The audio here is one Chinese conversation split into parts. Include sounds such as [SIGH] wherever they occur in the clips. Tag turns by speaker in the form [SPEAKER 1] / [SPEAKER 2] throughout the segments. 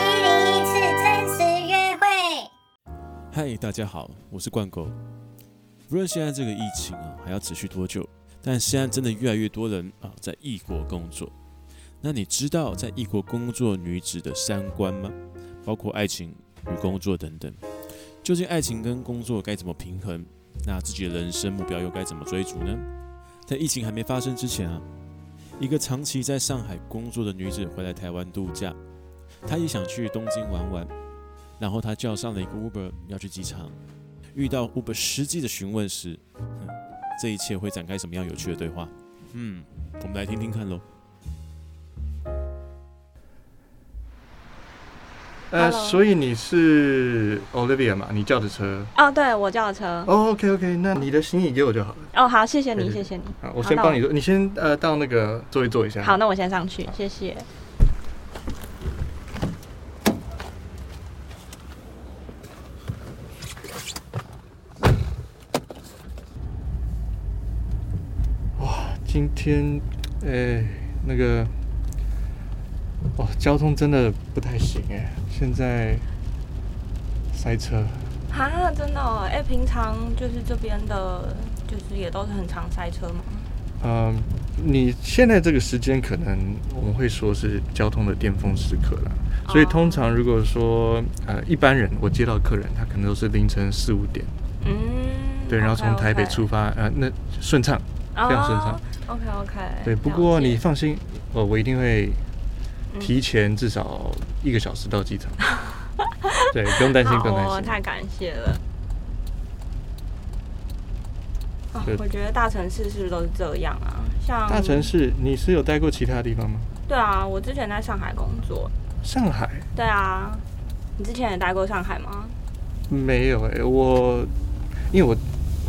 [SPEAKER 1] 一零一次真实约会。
[SPEAKER 2] 嗨，大家好，我是冠狗。不论现在这个疫情啊还要持续多久，但现在真的越来越多人啊在异国工作。那你知道在异国工作女子的三观吗？包括爱情与工作等等。究竟爱情跟工作该怎么平衡？那自己的人生目标又该怎么追逐呢？在疫情还没发生之前啊，一个长期在上海工作的女子回来台湾度假，她也想去东京玩玩。然后他叫上了一个 Uber 要去机场，遇到 Uber 司机的询问时，哼这一切会展开什么样有趣的对话？嗯，我们来听听看喽。
[SPEAKER 3] 呃，
[SPEAKER 4] Hello
[SPEAKER 3] 所以你是 Olivia 嘛？你叫的车。
[SPEAKER 4] 哦，对我叫的车。
[SPEAKER 3] 哦、o k OK，那你的行李给我就好了。
[SPEAKER 4] 哦，好，谢谢
[SPEAKER 3] 对
[SPEAKER 4] 你，
[SPEAKER 3] 对
[SPEAKER 4] 谢谢你。
[SPEAKER 3] 啊，我
[SPEAKER 4] 好
[SPEAKER 3] 先
[SPEAKER 4] 那
[SPEAKER 3] 帮
[SPEAKER 4] 我
[SPEAKER 3] 你做，你先呃到那个座位坐一下。
[SPEAKER 4] 好，那我先上去，谢谢。
[SPEAKER 3] 今天，哎、那个，哦，交通真的不太行哎，现在塞车。
[SPEAKER 4] 啊，真的、哦？哎、平常就是这边的，就是也都是很常塞车吗？
[SPEAKER 3] 嗯，你现在这个时间可能我们会说是交通的巅峰时刻啦，所以
[SPEAKER 4] 哦
[SPEAKER 3] 通常如果说呃一般人，我接到客人他可能都是凌晨四五点，
[SPEAKER 4] 嗯，哦
[SPEAKER 3] 对，然后从台北出发，呃，那顺畅，
[SPEAKER 4] 非
[SPEAKER 3] 非常顺畅。
[SPEAKER 4] OK OK。
[SPEAKER 3] 对，不过你放心，我我一定会
[SPEAKER 4] 嗯
[SPEAKER 3] 提前至少一个小时到
[SPEAKER 4] [LAUGHS]
[SPEAKER 3] 机场。对，不用担心，不用
[SPEAKER 4] 我
[SPEAKER 3] 担心。
[SPEAKER 4] 哦太感谢了。哦
[SPEAKER 3] 对，
[SPEAKER 4] 我觉得大城市是不是都是这样啊？像
[SPEAKER 3] 大城市，你是有待过其他地方吗？
[SPEAKER 4] 对啊，我之前在上海工作。
[SPEAKER 3] 上海
[SPEAKER 4] 对啊，你之前也待过上海吗？
[SPEAKER 3] 没有哎、我因为我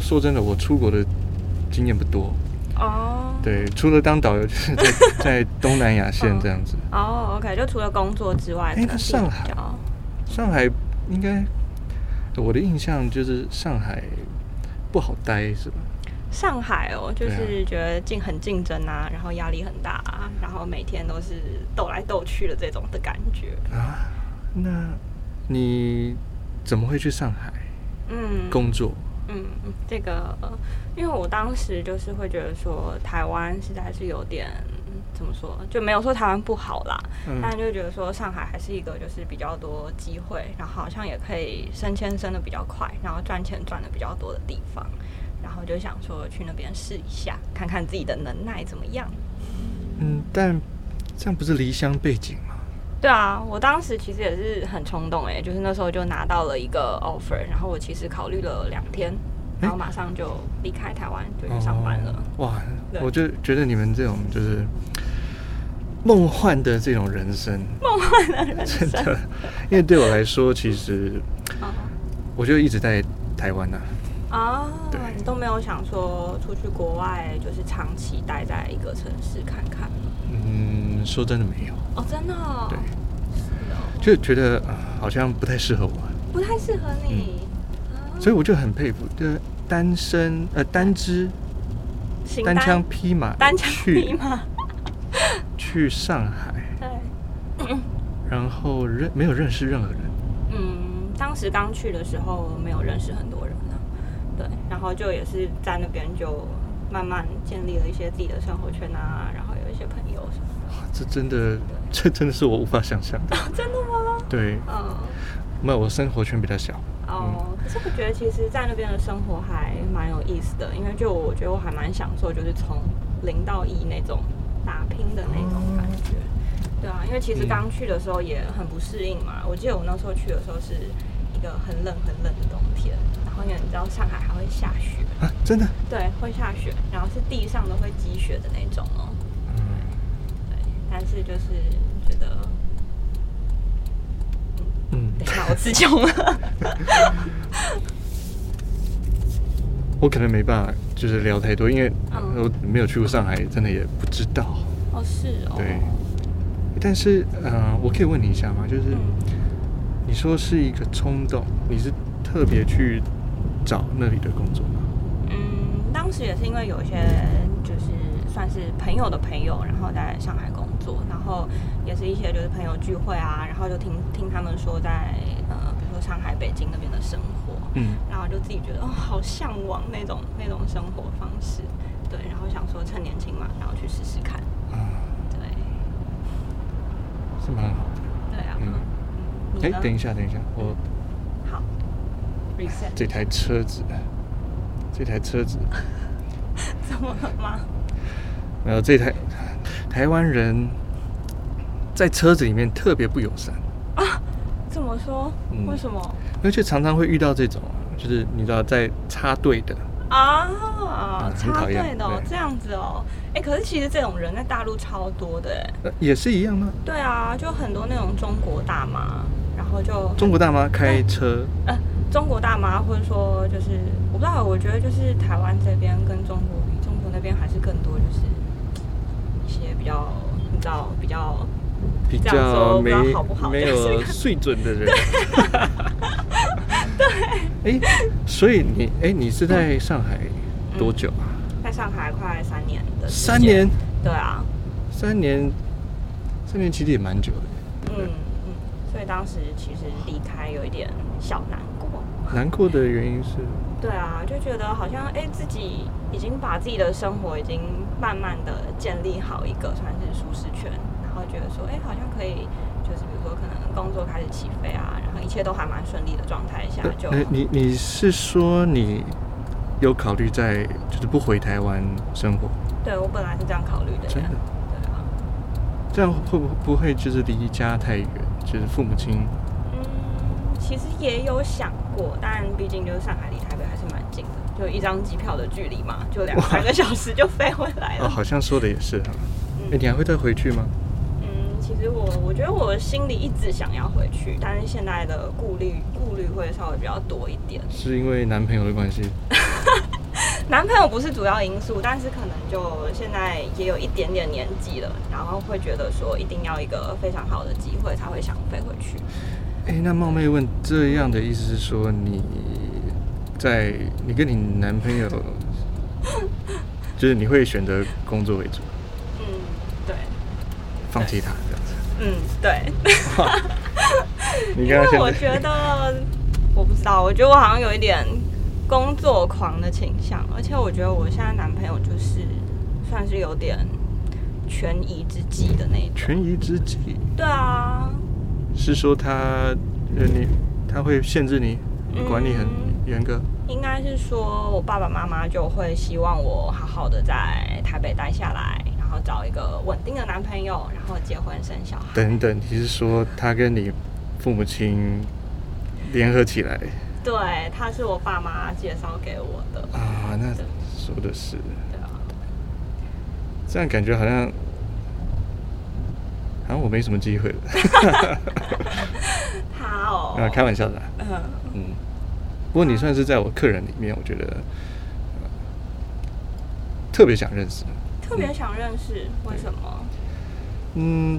[SPEAKER 3] 说真的，我出国的经验不多。
[SPEAKER 4] 哦，
[SPEAKER 3] 对，除了当导游， [LAUGHS] 就是在在东南亚线这样子。
[SPEAKER 4] 哦、o k 就除了工作之外，
[SPEAKER 3] 哎
[SPEAKER 4] 可能
[SPEAKER 3] 那
[SPEAKER 4] 是
[SPEAKER 3] 上
[SPEAKER 4] 比
[SPEAKER 3] 海
[SPEAKER 4] 较
[SPEAKER 3] 上海应该，我的印象就是上海不好待是吧？
[SPEAKER 4] 上海哦，就
[SPEAKER 3] 对啊
[SPEAKER 4] 是觉得竞很竞争啊，然后压力很大啊，然后每天都是斗来斗去的这种的感觉。
[SPEAKER 3] 啊，那你怎么会去上海
[SPEAKER 4] 嗯，
[SPEAKER 3] 工作？
[SPEAKER 4] 嗯，这个，呃因为我当时就是会觉得说，台湾实在是有点怎么说，就没有说台湾不好啦，
[SPEAKER 3] 嗯
[SPEAKER 4] 但就觉得说上海还是一个就是比较多机会，然后好像也可以升迁升的比较快，然后赚钱赚的比较多的地方，然后就想说去那边试一下，看看自己的能耐怎么样。
[SPEAKER 3] 嗯，但这样不是离乡背景吗？
[SPEAKER 4] 对啊，我当时其实也是很冲动哎、就是那时候就拿到了一个 offer，然后我其实考虑了两天，然后马上就离开台湾就去上班了。
[SPEAKER 3] 哦哇，
[SPEAKER 4] 对
[SPEAKER 3] 我就觉得你们这种就是梦幻的这种人生，梦幻的人生，真的。因为对我来说，其实
[SPEAKER 4] 哦
[SPEAKER 3] 我就一直在台湾呐、
[SPEAKER 4] 啊
[SPEAKER 3] 对，
[SPEAKER 4] 你都没有想说出去国外，就是长期待在一个城市看看？
[SPEAKER 3] 嗯，说真的没有，
[SPEAKER 4] 哦，真的、哦？
[SPEAKER 3] 对
[SPEAKER 4] 哦
[SPEAKER 3] 就觉得、啊好像不太适合我，啊
[SPEAKER 4] 不太适合你。啊
[SPEAKER 3] 所以我就很佩服，就是单身呃单只
[SPEAKER 4] 行
[SPEAKER 3] 单枪匹马
[SPEAKER 4] 单枪匹
[SPEAKER 3] 去
[SPEAKER 4] 马，
[SPEAKER 3] 去上海，
[SPEAKER 4] 对，
[SPEAKER 3] 然后认没有认识任何人，
[SPEAKER 4] 嗯，当时刚去的时候没有认识很多人啊，对，然后就也是在那边就慢慢建立了一些自己的生活圈啊，然后有一些朋友什么
[SPEAKER 3] 哇这真的 [LAUGHS] 这真的是我无法想
[SPEAKER 4] [LAUGHS]
[SPEAKER 3] 象的。
[SPEAKER 4] 的。哦真的吗？
[SPEAKER 3] 对，
[SPEAKER 4] 嗯。
[SPEAKER 3] 没有，我生活圈比较小。
[SPEAKER 4] 哦，可是我觉得其实，在那边的生活还蛮有意思的，因为就我觉得我还蛮享受，就是从零到一那种打拼的那种感觉。对啊，因为其实
[SPEAKER 3] 嗯
[SPEAKER 4] 刚去的时候也很不适应嘛。我记得我那时候去的时候是一个很冷很冷的冬天，然后因为你知道上海还会下雪，
[SPEAKER 3] 啊，真的。
[SPEAKER 4] 对，会下雪，然后是地上都会积雪的那种哦。对，但是就是觉得，
[SPEAKER 3] 嗯，
[SPEAKER 4] 等一下我词穷了。
[SPEAKER 3] 我可能没办法，就是聊太多，因为
[SPEAKER 4] 嗯
[SPEAKER 3] 我没有去过上海，真的也不知道。
[SPEAKER 4] 哦，是哦。
[SPEAKER 3] 对，但是呃，我可以问你一下吗？就是
[SPEAKER 4] 嗯。
[SPEAKER 3] 你说是一个冲动，你是特别去找那里的工作吗？
[SPEAKER 4] 嗯，当时也是因为有一些就是算是朋友的朋友，然后在上海工作，作，然后也是一些就是朋友聚会啊，然后就听听他们说在呃，比如说上海、北京那边的生活，
[SPEAKER 3] 嗯，
[SPEAKER 4] 然后就自己觉得哦，好向往那种那种生活方式，对，然后哦想说趁年轻嘛，然后去试试看，
[SPEAKER 3] 啊，
[SPEAKER 4] 对，
[SPEAKER 3] 是蛮好的。
[SPEAKER 4] 对啊，
[SPEAKER 3] 嗯
[SPEAKER 4] 嗯，你
[SPEAKER 3] 哎、
[SPEAKER 4] 呢？
[SPEAKER 3] 等一下，等一下，我
[SPEAKER 4] 好，reset，
[SPEAKER 3] 这台车子，这台车子，
[SPEAKER 4] 怎么了吗？
[SPEAKER 3] 没有呃这台台湾人在车子里面特别不友善，
[SPEAKER 4] 这么说？
[SPEAKER 3] 嗯
[SPEAKER 4] 为什么
[SPEAKER 3] 而且常常会遇到这种，就是你知道在插队的，
[SPEAKER 4] 啊？
[SPEAKER 3] 嗯很
[SPEAKER 4] 插
[SPEAKER 3] 讨厌
[SPEAKER 4] 队的哦
[SPEAKER 3] 对，
[SPEAKER 4] 这样子哦。哎，可是其实这种人在大陆超多的哎。
[SPEAKER 3] 呃也是一样吗？
[SPEAKER 4] 对啊，就很多那种中国大妈，然后就
[SPEAKER 3] 中国大妈开车，
[SPEAKER 4] 呃中国大妈，或者说就是我不知道，我觉得就是台湾这边跟中国比，中国那边还是更多就是一些比较你知道比较
[SPEAKER 3] 比
[SPEAKER 4] 这样说
[SPEAKER 3] 较
[SPEAKER 4] 不知
[SPEAKER 3] 没
[SPEAKER 4] 道好不好
[SPEAKER 3] 没
[SPEAKER 4] [LAUGHS]
[SPEAKER 3] 有水准的人。对，哎、所以你哎、你是在上海多
[SPEAKER 4] 嗯
[SPEAKER 3] 久啊？
[SPEAKER 4] 在上海快三年的时间
[SPEAKER 3] 三年，
[SPEAKER 4] 对啊，
[SPEAKER 3] 三年，三年其实也蛮久的，
[SPEAKER 4] 嗯嗯，所以当时其实离开有一点小难过。
[SPEAKER 3] 难过的原因是，
[SPEAKER 4] 对啊，就觉得好像哎、自己已经把自己的生活已经慢慢的建立好一个算是舒适圈，然后觉得说，哎、好像可以，就是比如说可能工作开始起飞啊，然后一切都还蛮顺利的状态下
[SPEAKER 3] 呃
[SPEAKER 4] 就，
[SPEAKER 3] 呃你你是说你有考虑在就是不回台湾生活？
[SPEAKER 4] 对我本来是这样考虑的耶，
[SPEAKER 3] 真的
[SPEAKER 4] 对啊，
[SPEAKER 3] 这样会不不会就是离家太远？就是父母亲
[SPEAKER 4] 嗯，其实也有想过，但毕竟就是上海离台北还是蛮近的，就一张机票的距离嘛，就两三个小时就飞回来
[SPEAKER 3] [LAUGHS] 哦，
[SPEAKER 4] 了。
[SPEAKER 3] 好像说的也是哈。哎、
[SPEAKER 4] 嗯
[SPEAKER 3] 你还会再回去吗？
[SPEAKER 4] 嗯，其实我我觉得我心里一直想要回去，但是现在的顾虑顾虑会稍微比较多一点。
[SPEAKER 3] 是因为男朋友的关系？
[SPEAKER 4] 男朋友不是主要因素，但是可能就现在也有一点点年纪了，然后会觉得说一定要一个非常好的机会才会想飞回去。
[SPEAKER 3] 哎、那冒昧问，这样的意思是说你在你跟你男朋友，就是你会选择工作为主，
[SPEAKER 4] 嗯，对，
[SPEAKER 3] 放弃他这样子？
[SPEAKER 4] 嗯对，
[SPEAKER 3] [LAUGHS]
[SPEAKER 4] [LAUGHS]
[SPEAKER 3] 你
[SPEAKER 4] 因
[SPEAKER 3] 刚刚现
[SPEAKER 4] 为我
[SPEAKER 3] 在 [LAUGHS]
[SPEAKER 4] 觉得我不知道，我觉得我好像有一点工作狂的倾向，而且我觉得我现在男朋友就是算是有点权宜之计的那一种。
[SPEAKER 3] 权宜之计
[SPEAKER 4] 对啊，
[SPEAKER 3] 是说他呃你他会限制你，管理很
[SPEAKER 4] 嗯
[SPEAKER 3] 严格。
[SPEAKER 4] 应该是说我爸爸妈妈就会希望我好好的在台北待下来，然后找一个稳定的男朋友，然后结婚生小孩。
[SPEAKER 3] 等等，你是说他跟你父母亲联合起来
[SPEAKER 4] 对，他是我爸妈介绍给我的。
[SPEAKER 3] 啊？那说的是，
[SPEAKER 4] 对啊，
[SPEAKER 3] 这样感觉好像好像我没什么机会了。
[SPEAKER 4] [LAUGHS] 他哦，
[SPEAKER 3] 啊，开玩笑的啊，
[SPEAKER 4] 嗯，
[SPEAKER 3] 嗯。不过你算是在我客人里面，我觉得、呃特别想认识。
[SPEAKER 4] 特别想认识，为什么？
[SPEAKER 3] 嗯，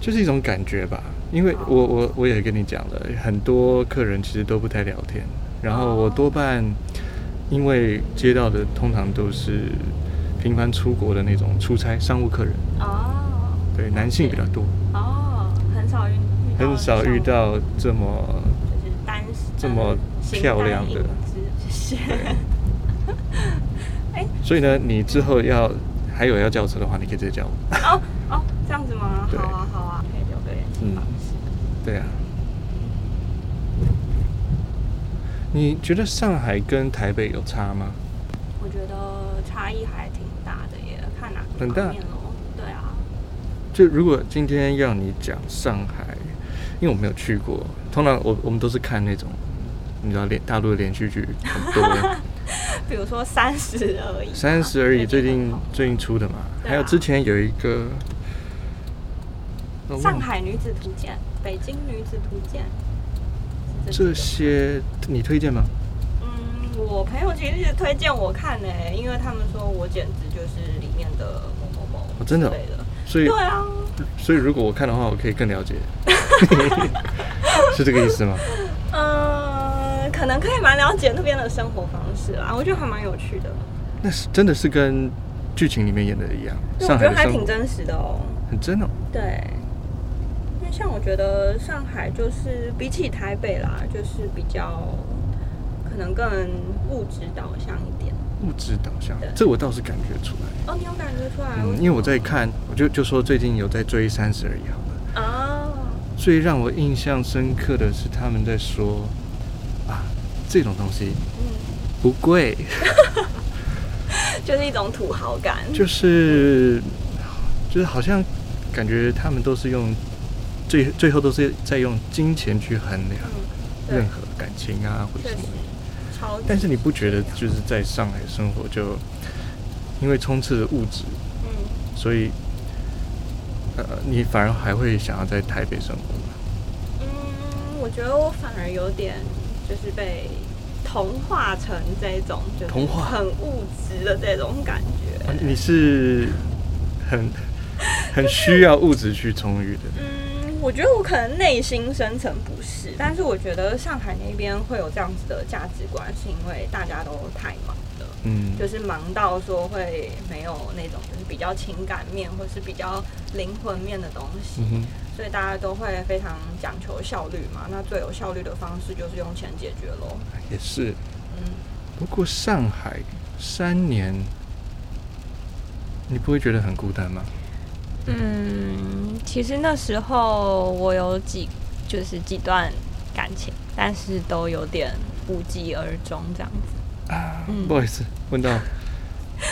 [SPEAKER 3] 就是一种感觉吧。因为我我我也跟你讲了，很多客人其实都不太聊天，然后我多半因为接到的通常都是频繁出国的那种出差商务客人，
[SPEAKER 4] 哦，
[SPEAKER 3] 对男性比较多，
[SPEAKER 4] 哦，很少遇，遇到
[SPEAKER 3] 很少遇到这么
[SPEAKER 4] 像就是单
[SPEAKER 3] 这么漂亮的。
[SPEAKER 4] 谢谢。
[SPEAKER 3] 所以呢，你之后要还有要叫车的话，你可以直接叫我。
[SPEAKER 4] [LAUGHS] 哦哦，这样子吗？
[SPEAKER 3] 对
[SPEAKER 4] 好啊好啊，可以留个联系方式。
[SPEAKER 3] 对啊。你觉得上海跟台北有差吗？
[SPEAKER 4] 我觉得差异还挺大的耶，看哪个
[SPEAKER 3] 很大
[SPEAKER 4] 方面咯。对啊， [LAUGHS]
[SPEAKER 3] 就如果今天要你讲上海，因为我没有去过，通常我我们都是看那种，你知道连大陆的连续剧很
[SPEAKER 4] [LAUGHS]
[SPEAKER 3] 多，
[SPEAKER 4] 比如说三十而已嘛，啊
[SPEAKER 3] 三十而已，最
[SPEAKER 4] 最近
[SPEAKER 3] 近
[SPEAKER 4] 很红
[SPEAKER 3] 最近出的嘛，
[SPEAKER 4] 对啊
[SPEAKER 3] 还有之前有一个，哦我忘
[SPEAKER 4] 上
[SPEAKER 3] 了
[SPEAKER 4] 海女子图鉴、北京女子图鉴，
[SPEAKER 3] 这
[SPEAKER 4] 是几个
[SPEAKER 3] 些你推荐吗？
[SPEAKER 4] 嗯，我朋友其实一直推荐我看呢、因为他们说我简直就是里面的某某某
[SPEAKER 3] 哦真的哦
[SPEAKER 4] 之类的。
[SPEAKER 3] 所以
[SPEAKER 4] 对啊，
[SPEAKER 3] 所以如果我看的话，我可以更了解，
[SPEAKER 4] [LAUGHS]
[SPEAKER 3] [LAUGHS] 是这个意思吗？
[SPEAKER 4] 嗯，可啊能可以蛮了解那边的生活方式啦，我觉得还蛮有趣的。
[SPEAKER 3] 那是真的是跟剧情里面演的一样，
[SPEAKER 4] 因为
[SPEAKER 3] 上
[SPEAKER 4] 我觉
[SPEAKER 3] 海
[SPEAKER 4] 得
[SPEAKER 3] 的
[SPEAKER 4] 还
[SPEAKER 3] 生
[SPEAKER 4] 挺
[SPEAKER 3] 活
[SPEAKER 4] 真实的哦。
[SPEAKER 3] 很真哦。
[SPEAKER 4] 对，因为像我觉得上海就是比起台北啦，就是比较可能更物质导向一点。
[SPEAKER 3] 物质导向
[SPEAKER 4] 对，
[SPEAKER 3] 这我倒是感觉出来。
[SPEAKER 4] 哦，你有感觉出来？
[SPEAKER 3] 嗯，因为我在看，我就就说最近有在追《三十而已》好了。
[SPEAKER 4] 啊，
[SPEAKER 3] 最让我印象深刻的是他们在说啊，这种东西
[SPEAKER 4] 嗯，
[SPEAKER 3] 不贵，
[SPEAKER 4] [LAUGHS]
[SPEAKER 3] [LAUGHS]
[SPEAKER 4] 就是一种土豪感。
[SPEAKER 3] 就是就是好像感觉他们都是用最最后都是在用金钱去衡量
[SPEAKER 4] 嗯，对
[SPEAKER 3] 任，何感情啊或者
[SPEAKER 4] 确
[SPEAKER 3] 什
[SPEAKER 4] 实
[SPEAKER 3] 么的。，
[SPEAKER 4] 超级。
[SPEAKER 3] 但是你不觉得就是在上海生活就因为充斥着物质，
[SPEAKER 4] 嗯，
[SPEAKER 3] 所以呃你反而还会想要在台北生活吗？
[SPEAKER 4] 嗯，我觉得我反而有点就是被同化成这种，就是
[SPEAKER 3] 同化
[SPEAKER 4] 很物质的这种感觉。
[SPEAKER 3] 啊你是很很需要物质去充裕的，
[SPEAKER 4] 嗯，我觉得我可能内心深层不是，但是我觉得上海那边会有这样子的价值观，是因为大家都太忙了，
[SPEAKER 3] 嗯，
[SPEAKER 4] 就是忙到说会没有那种就是比较情感面或是比较灵魂面的东西，
[SPEAKER 3] 嗯哼，
[SPEAKER 4] 所以大家都会非常讲求效率嘛。那最有效率的方式就是用钱解决喽。
[SPEAKER 3] 也是。
[SPEAKER 4] 嗯，
[SPEAKER 3] 不过上海三年，你不会觉得很孤单吗？
[SPEAKER 4] 嗯，其实那时候我有几就是几段感情，但是都有点无疾而终这样子。
[SPEAKER 3] 啊，
[SPEAKER 4] 嗯
[SPEAKER 3] 不好意思，问到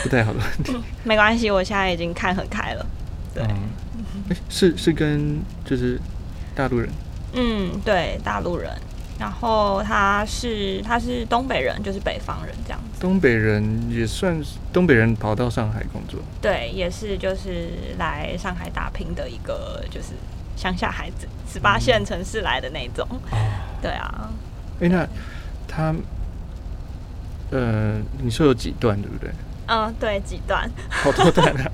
[SPEAKER 3] 不太好的问题。
[SPEAKER 4] 没关系，我现在已经看很开了。 [LAUGHS] 对，
[SPEAKER 3] 嗯，诶是是跟就是大陆人，
[SPEAKER 4] 嗯，对，大陆人，然后他是他是东北人，就是北方人这样子。
[SPEAKER 3] 东北人也算是东北人跑到上海工作，
[SPEAKER 4] 对，也是就是来上海打拼的一个就是乡下孩子，十八线城市来的那种。
[SPEAKER 3] 哦，
[SPEAKER 4] 对啊，
[SPEAKER 3] 哎，那他，呃，你说有几段对不对？
[SPEAKER 4] 嗯，对，几段
[SPEAKER 3] 好多段啊，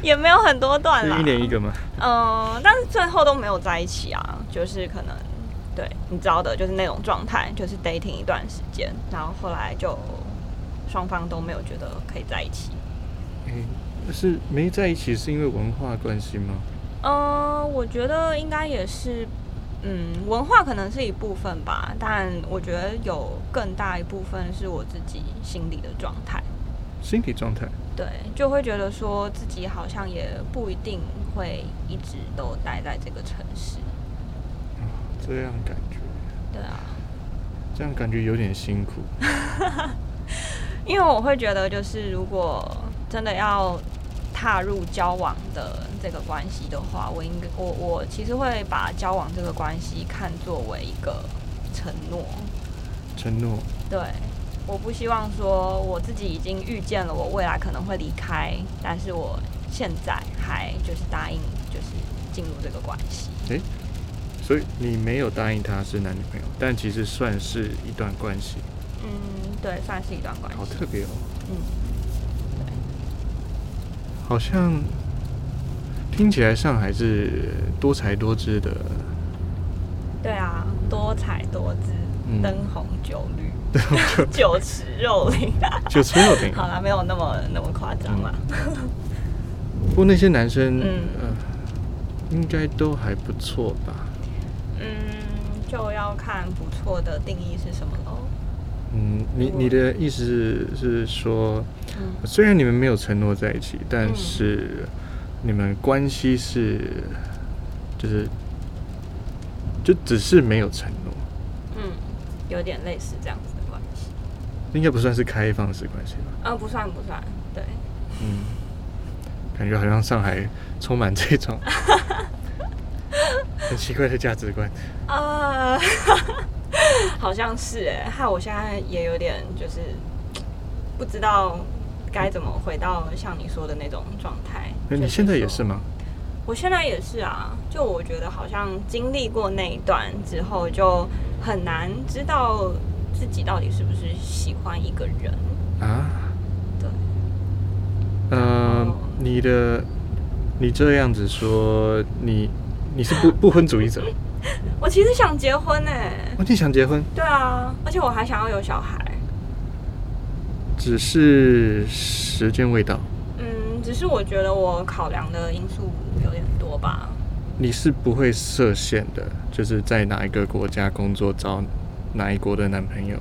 [SPEAKER 4] 也没有很多段啦，
[SPEAKER 3] 是一年一。个吗？
[SPEAKER 4] 嗯，但是最后都没有在一起啊，就是可能。对，你知道的，就是那种状态，就是 dating 一段时间，然后后来就双方都没有觉得可以在一起，
[SPEAKER 3] 诶是没在一起是因为文化关系吗？
[SPEAKER 4] 呃，我觉得应该也是，嗯，文化可能是一部分吧，但我觉得有更大一部分是我自己心理的状态，
[SPEAKER 3] 心理状态，啊
[SPEAKER 4] 对，就会觉得说自己好像也不一定会一直都待在这个城市，
[SPEAKER 3] 啊，这样感觉，
[SPEAKER 4] 对啊，
[SPEAKER 3] 这样感觉有点辛
[SPEAKER 4] [LAUGHS]
[SPEAKER 3] 苦。
[SPEAKER 4] 啊因为我会觉得就是如果真的要踏入交往的这个关系的话，我应该我我其实会把交往这个关系看作为一个承诺，
[SPEAKER 3] 承诺，
[SPEAKER 4] 对，我不希望说我自己已经预见了我未来可能会离开，但是我现在还就是答应就是进入这个关系。
[SPEAKER 3] 所以你没有答应他是男女朋友，但其实算是一段关系，
[SPEAKER 4] 嗯，对，算是一段关系
[SPEAKER 3] 好。特别哦。
[SPEAKER 4] 嗯，
[SPEAKER 3] 好像听起来上海是多才多姿
[SPEAKER 4] [LAUGHS]
[SPEAKER 3] 的，
[SPEAKER 4] 对啊，多彩多姿，
[SPEAKER 3] 嗯
[SPEAKER 4] 灯红酒绿，酒池肉林。
[SPEAKER 3] 就崔有平。
[SPEAKER 4] 好啦，没有那么那么夸张啦。
[SPEAKER 3] 不过那些男生，
[SPEAKER 4] 嗯
[SPEAKER 3] 呃，应该都还不错吧？
[SPEAKER 4] 嗯，就要看不错的定义是什么喽。
[SPEAKER 3] 嗯，你
[SPEAKER 4] 我
[SPEAKER 3] 你的意思是是说，
[SPEAKER 4] 嗯
[SPEAKER 3] 虽然你们没有承诺在一起，但
[SPEAKER 4] 嗯
[SPEAKER 3] 是你们关系是，就是就只是没有承诺，
[SPEAKER 4] 嗯，有点类似这样子的关系。
[SPEAKER 3] 应该不算是开放式关系吧？
[SPEAKER 4] 啊，不算不算，对。
[SPEAKER 3] 嗯，感觉好像上海充满这
[SPEAKER 4] [LAUGHS]
[SPEAKER 3] 种很奇怪的价值观。
[SPEAKER 4] 啊， [LAUGHS] 好像是哎，害我现在也有点就是不知道该怎么回到像你说的那种状态。
[SPEAKER 3] 那
[SPEAKER 4] 就
[SPEAKER 3] 你现在也
[SPEAKER 4] 说
[SPEAKER 3] 是？吗？
[SPEAKER 4] 我现在也是啊，就我觉得好像经历过那一段之后，就很难知道自己到底是不是喜欢一个人。
[SPEAKER 3] 啊？
[SPEAKER 4] 对，
[SPEAKER 3] 呃，
[SPEAKER 4] 哦
[SPEAKER 3] 你的你这样子说，你你是不不婚主义者？
[SPEAKER 4] 我其实想结婚哎，
[SPEAKER 3] 我就哦想结婚，
[SPEAKER 4] 对啊，而且我还想要有小孩。
[SPEAKER 3] 只是时间未到。
[SPEAKER 4] 嗯，只是我觉得我考量的因素有点多吧。
[SPEAKER 3] 你是不会设限的，就是在哪一个国家工作找哪一国的男朋友。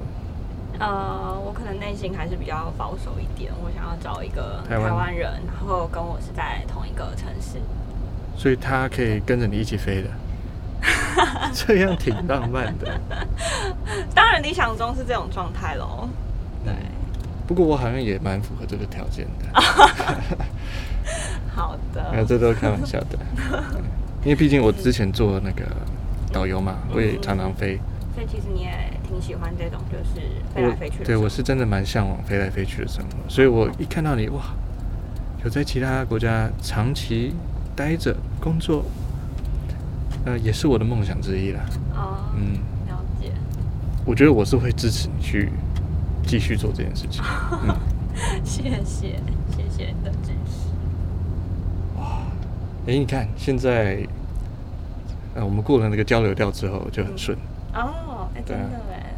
[SPEAKER 4] 呃，我可能内心还是比较保守一点，我想要找一个
[SPEAKER 3] 台
[SPEAKER 4] 台
[SPEAKER 3] 湾
[SPEAKER 4] 湾人，然后跟我是在同一个城市。
[SPEAKER 3] 所以他可以跟着你一起飞的， [LAUGHS] 这样挺浪漫 [LAUGHS] 的。
[SPEAKER 4] 当然，理想中是这种状态喽。对，
[SPEAKER 3] 不过我好像也蛮符合这个条件的， [LAUGHS]
[SPEAKER 4] 好
[SPEAKER 3] 没有
[SPEAKER 4] 的。
[SPEAKER 3] 这都是开玩笑 [LAUGHS] 的。对因为毕竟我之前做那个导游嘛，我也常常飞，
[SPEAKER 4] 所以其实你也挺喜欢这种就是飞来飞去
[SPEAKER 3] 我
[SPEAKER 4] 的。
[SPEAKER 3] 对我是。真的蛮向往飞来飞去的生活，所以我一看到你哇，有在其他国家长期待着工作，呃，也是我的梦想之一啦。
[SPEAKER 4] 哦，
[SPEAKER 3] 嗯，
[SPEAKER 4] 了解。 [LAUGHS]
[SPEAKER 3] 我觉得我是会支持你去继续做这件
[SPEAKER 4] [LAUGHS]
[SPEAKER 3] 事情。嗯。
[SPEAKER 4] 谢谢，谢谢你的支持。
[SPEAKER 3] 哎、你看现在，呃，我们过了那个交流掉之后就很顺，
[SPEAKER 4] 哦，哎，
[SPEAKER 3] 对
[SPEAKER 4] 真
[SPEAKER 3] 啊
[SPEAKER 4] 的哎，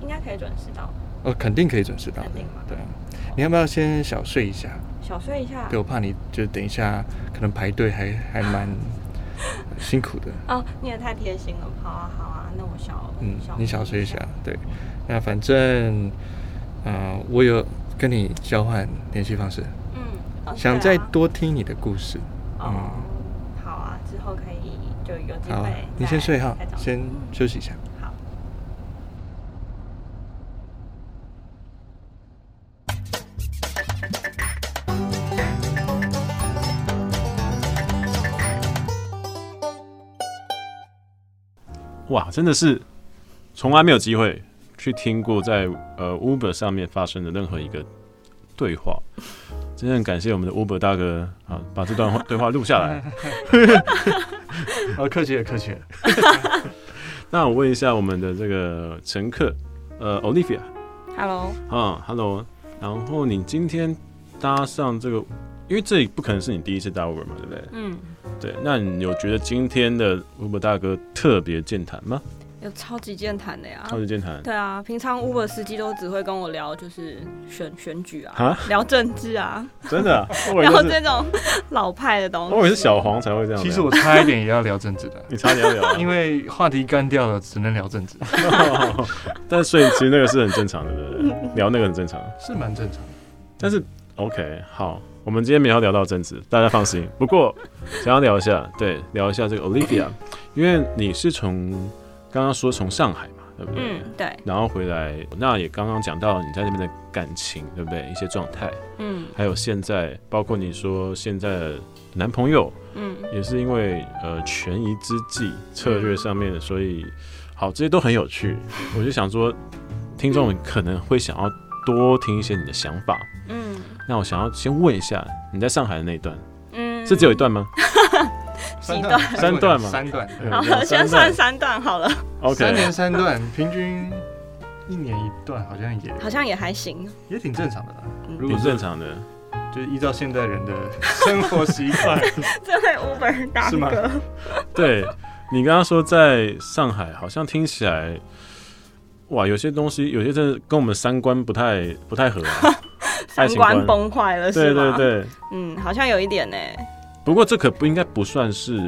[SPEAKER 4] 应该可以准时到，
[SPEAKER 3] 哦，肯定可以准时到的
[SPEAKER 4] 肯定嘛，
[SPEAKER 3] 对啊。你要不要先小睡一下？
[SPEAKER 4] 小睡一下
[SPEAKER 3] 对，。我怕你就等一下可能排队还还
[SPEAKER 4] [LAUGHS]
[SPEAKER 3] 蛮呃辛苦的。
[SPEAKER 4] 哦，你也太贴心了。好啊，好啊，那我小
[SPEAKER 3] 嗯，你小睡
[SPEAKER 4] 睡
[SPEAKER 3] 一下，对。那反正，呃，我有跟你交换联系方式，
[SPEAKER 4] 嗯，哦
[SPEAKER 3] 想
[SPEAKER 4] 对
[SPEAKER 3] 再
[SPEAKER 4] 啊
[SPEAKER 3] 多听你的故事。
[SPEAKER 4] 哦，
[SPEAKER 5] 嗯
[SPEAKER 4] 好啊，之后可以就有机
[SPEAKER 3] 好啊
[SPEAKER 4] 会。，
[SPEAKER 3] 你先睡哈
[SPEAKER 4] 再找，
[SPEAKER 3] 先
[SPEAKER 4] 嗯
[SPEAKER 3] 休息一下。
[SPEAKER 4] 好。
[SPEAKER 5] 哇，真的是从来没有机会去听过在呃 Uber 上面发生的任何一个对话。真的很感谢我们的 Uber 大哥啊，把这段
[SPEAKER 2] [LAUGHS]
[SPEAKER 5] 话对话录下来。
[SPEAKER 3] 哦，客气了，客气了。
[SPEAKER 5] 那我问一下我们的这个乘客，呃，Olivia
[SPEAKER 4] Hello，
[SPEAKER 5] 啊，Hello，然后你今天搭上这个，因为这不可能是你第一次搭 Uber 嘛，对不对？
[SPEAKER 4] 嗯，
[SPEAKER 5] 对，那你有觉得今天的 Uber 大哥特别健谈吗？
[SPEAKER 4] 有超级健谈的呀。
[SPEAKER 5] 超级健谈。
[SPEAKER 4] 对啊，平常 Uber 司机都只会跟我聊，就是选选举啊
[SPEAKER 5] 啊，
[SPEAKER 4] 聊政治啊，
[SPEAKER 5] 真的、
[SPEAKER 3] [LAUGHS]
[SPEAKER 5] 啊， [LAUGHS] 我以
[SPEAKER 4] 然后
[SPEAKER 5] 为是，
[SPEAKER 4] 这种老派的东西。
[SPEAKER 5] 我以为是小黄才会这样聊。，
[SPEAKER 3] 其实我差一点也要聊政治的
[SPEAKER 5] 你差点要聊，啊
[SPEAKER 3] 因为话题干掉了，只能聊政治，
[SPEAKER 5] 但所以其实那个是很正常的，对不对？聊那个很正常。
[SPEAKER 3] 是蛮正常的。
[SPEAKER 5] 但是 OK，好，我们今天没有聊到政治，大家放心。不过想要聊一下，对，聊一下这个 Olivia，因为你是从刚刚说从上海嘛，对不对？
[SPEAKER 4] 嗯，对，
[SPEAKER 5] 然后回来，那也刚刚讲到你在那边的感情，对不对？一些状态，
[SPEAKER 4] 嗯
[SPEAKER 5] 还有现在，包括你说现在的男朋友
[SPEAKER 4] 嗯
[SPEAKER 5] 也是因为呃权宜之计策略上面的，所以呃好，这些都很有趣。我就想说，听众可能会想要多听一些你的想法。
[SPEAKER 4] 嗯
[SPEAKER 5] 那我想要先问一下，你在上海的那一段
[SPEAKER 4] 嗯，
[SPEAKER 5] 是只有一段吗？
[SPEAKER 4] 三段
[SPEAKER 5] 三段嘛
[SPEAKER 3] 三段，
[SPEAKER 5] 嗯
[SPEAKER 4] 好
[SPEAKER 5] 两
[SPEAKER 4] 了，先
[SPEAKER 5] 三
[SPEAKER 4] 算三段好了，
[SPEAKER 3] 三
[SPEAKER 5] OK，
[SPEAKER 3] 年三段，平均一年一段，好像也
[SPEAKER 4] 好像也还行。
[SPEAKER 3] 也挺正常的啦
[SPEAKER 4] 嗯。
[SPEAKER 3] 如
[SPEAKER 5] 挺
[SPEAKER 3] 果
[SPEAKER 5] 正
[SPEAKER 3] 是
[SPEAKER 5] 常的。
[SPEAKER 3] 就是依照现代人的生活习惯，
[SPEAKER 4] 这位 Uber 大
[SPEAKER 3] 是吗
[SPEAKER 4] 哥， [LAUGHS]
[SPEAKER 5] 对你刚刚说在上海，好像听起来，哇，有些东西，有些真的跟我们三观不太不太合、啊，爱
[SPEAKER 4] 三
[SPEAKER 5] 情
[SPEAKER 4] 观崩坏了 [LAUGHS] 是
[SPEAKER 5] 对对
[SPEAKER 4] 吗？
[SPEAKER 5] 对，
[SPEAKER 4] 嗯，好像有一点呢。
[SPEAKER 5] 不过这可不应该不算是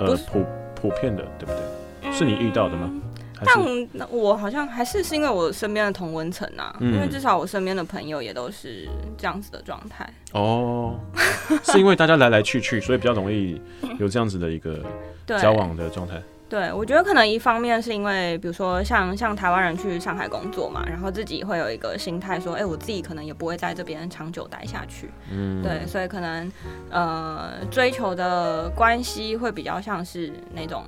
[SPEAKER 5] 呃
[SPEAKER 4] 不是
[SPEAKER 5] 普普遍的，对不对？是你遇到的吗
[SPEAKER 4] 嗯？
[SPEAKER 5] 还是
[SPEAKER 4] 但我好像还是是因为我身边的同温层啊，
[SPEAKER 5] 嗯
[SPEAKER 4] 因为至少我身边的朋友也都是这样子的状态。
[SPEAKER 5] 哦，是因为大家来来去
[SPEAKER 4] [LAUGHS]
[SPEAKER 5] 去，所以比较容易有这样子的一个
[SPEAKER 4] 对，
[SPEAKER 5] 交往的状态。
[SPEAKER 4] 对，我觉得可能一方面是因为，比如说像像台湾人去上海工作嘛，然后自己会有一个心态说，哎、我自己可能也不会在这边长久待下去，
[SPEAKER 5] 嗯，
[SPEAKER 4] 对，所以可能呃追求的关系会比较像是那种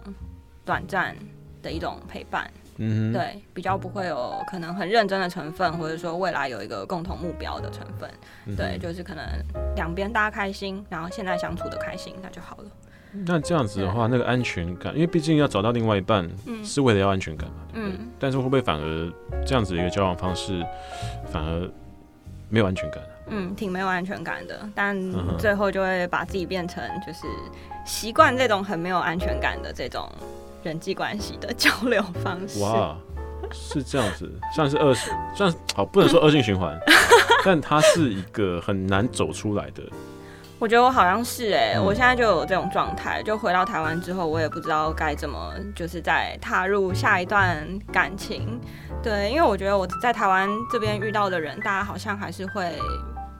[SPEAKER 4] 短暂的一种陪伴，
[SPEAKER 5] 嗯哼，
[SPEAKER 4] 对，比较不会有可能很认真的成分，或者说未来有一个共同目标的成分，
[SPEAKER 5] 嗯哼
[SPEAKER 4] 对，就是可能两边大家开心，然后现在相处的开心，那就好了，
[SPEAKER 5] 那这样子的话，那个安全感，因为毕竟要找到另外一半，
[SPEAKER 4] 嗯
[SPEAKER 5] 是为了要安全感嘛。对不对
[SPEAKER 4] 嗯。
[SPEAKER 5] 但是会不会反而这样子的一个交往方式，反而没有安全感？
[SPEAKER 4] 嗯，挺没有安全感的，但
[SPEAKER 5] 嗯哼
[SPEAKER 4] 最后就会把自己变成就是习惯这种很没有安全感的这种人际关系的交流方式。
[SPEAKER 5] 哇，是这样子，算是恶性，算是好，不能说恶性循环，但它是一个很难走出来的
[SPEAKER 4] 我觉得我好像是哎、
[SPEAKER 5] 嗯
[SPEAKER 4] 我现在就有这种状态。呃就回到台湾之后，我也不知道该怎么，就是再踏入下一段感情。对，因为我觉得我在台湾这边遇到的人，大家好像还是会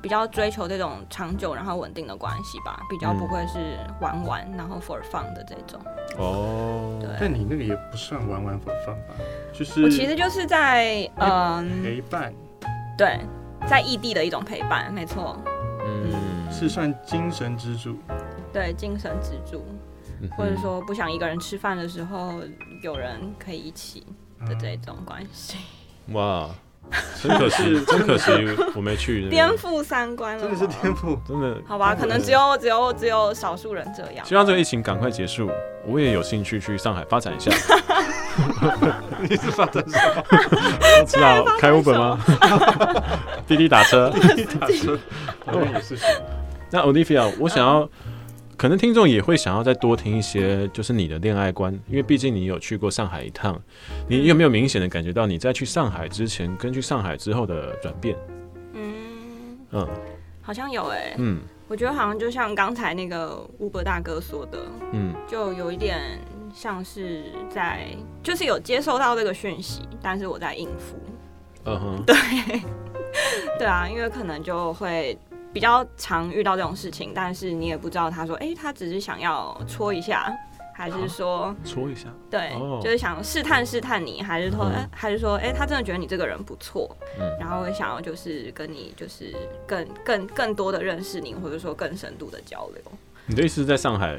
[SPEAKER 4] 比较追求这种长久然后稳定的关系吧，比较不
[SPEAKER 5] 嗯
[SPEAKER 4] 会是玩玩然后 for fun 的这种。
[SPEAKER 5] 哦，
[SPEAKER 4] 对，
[SPEAKER 3] 但你那个也不算玩玩 for fun 吧，就是
[SPEAKER 4] 哎我其实就是在嗯，
[SPEAKER 3] 陪伴
[SPEAKER 4] 对，在异地的一种陪伴，没错，
[SPEAKER 5] 嗯，
[SPEAKER 3] 是算精神支柱，
[SPEAKER 4] 对，精神支柱，
[SPEAKER 5] 嗯
[SPEAKER 4] 或者说不想一个人吃饭的时候，有人可以一起。的
[SPEAKER 3] 嗯
[SPEAKER 4] 这种关系，
[SPEAKER 5] 哇，真可惜，真可惜，我没去，
[SPEAKER 4] [LAUGHS] 颠覆三观了吗，
[SPEAKER 3] 真的是天
[SPEAKER 4] [LAUGHS]
[SPEAKER 3] 赋。
[SPEAKER 5] 真的。
[SPEAKER 4] 好吧，可能只有只有只有少数人这样
[SPEAKER 5] 希。望这个疫情赶快结束，我也有兴趣去上海发展一下。
[SPEAKER 3] 你是发展什么？
[SPEAKER 5] 知 [LAUGHS] 道开 Uber 吗？滴滴打车。
[SPEAKER 3] 打车，好像也是。
[SPEAKER 5] 那 Olivia，我想要，可能听众也会想要再多听一些，就是你的恋爱观，因为毕竟你有去过上海一趟，你有没有明显的感觉到你在去上海之前跟去上海之后的转变？
[SPEAKER 4] 嗯，
[SPEAKER 5] 嗯
[SPEAKER 4] 好像有哎、
[SPEAKER 5] 嗯
[SPEAKER 4] 我觉得好像就像刚才那个乌伯大哥说的，
[SPEAKER 5] 嗯
[SPEAKER 4] 就有一点像是在，就是有接收到这个讯息，但是我在应付。 [LAUGHS]
[SPEAKER 5] 嗯哼，
[SPEAKER 4] 对啊，因为可能就会比较常遇到这种事情，但是你也不知道他说，哎、他只是想要戳一下，还是说。
[SPEAKER 5] 戳一下，
[SPEAKER 4] 对，
[SPEAKER 5] 哦
[SPEAKER 4] 就是想试探试探你，还是说，
[SPEAKER 5] 嗯
[SPEAKER 4] 哎还是说，哎、他真的觉得你这个人不错，
[SPEAKER 5] 嗯
[SPEAKER 4] 然后我想要就是跟你就是更更更多的认识你，或者说更深度的交流。
[SPEAKER 5] 你的意思是在上海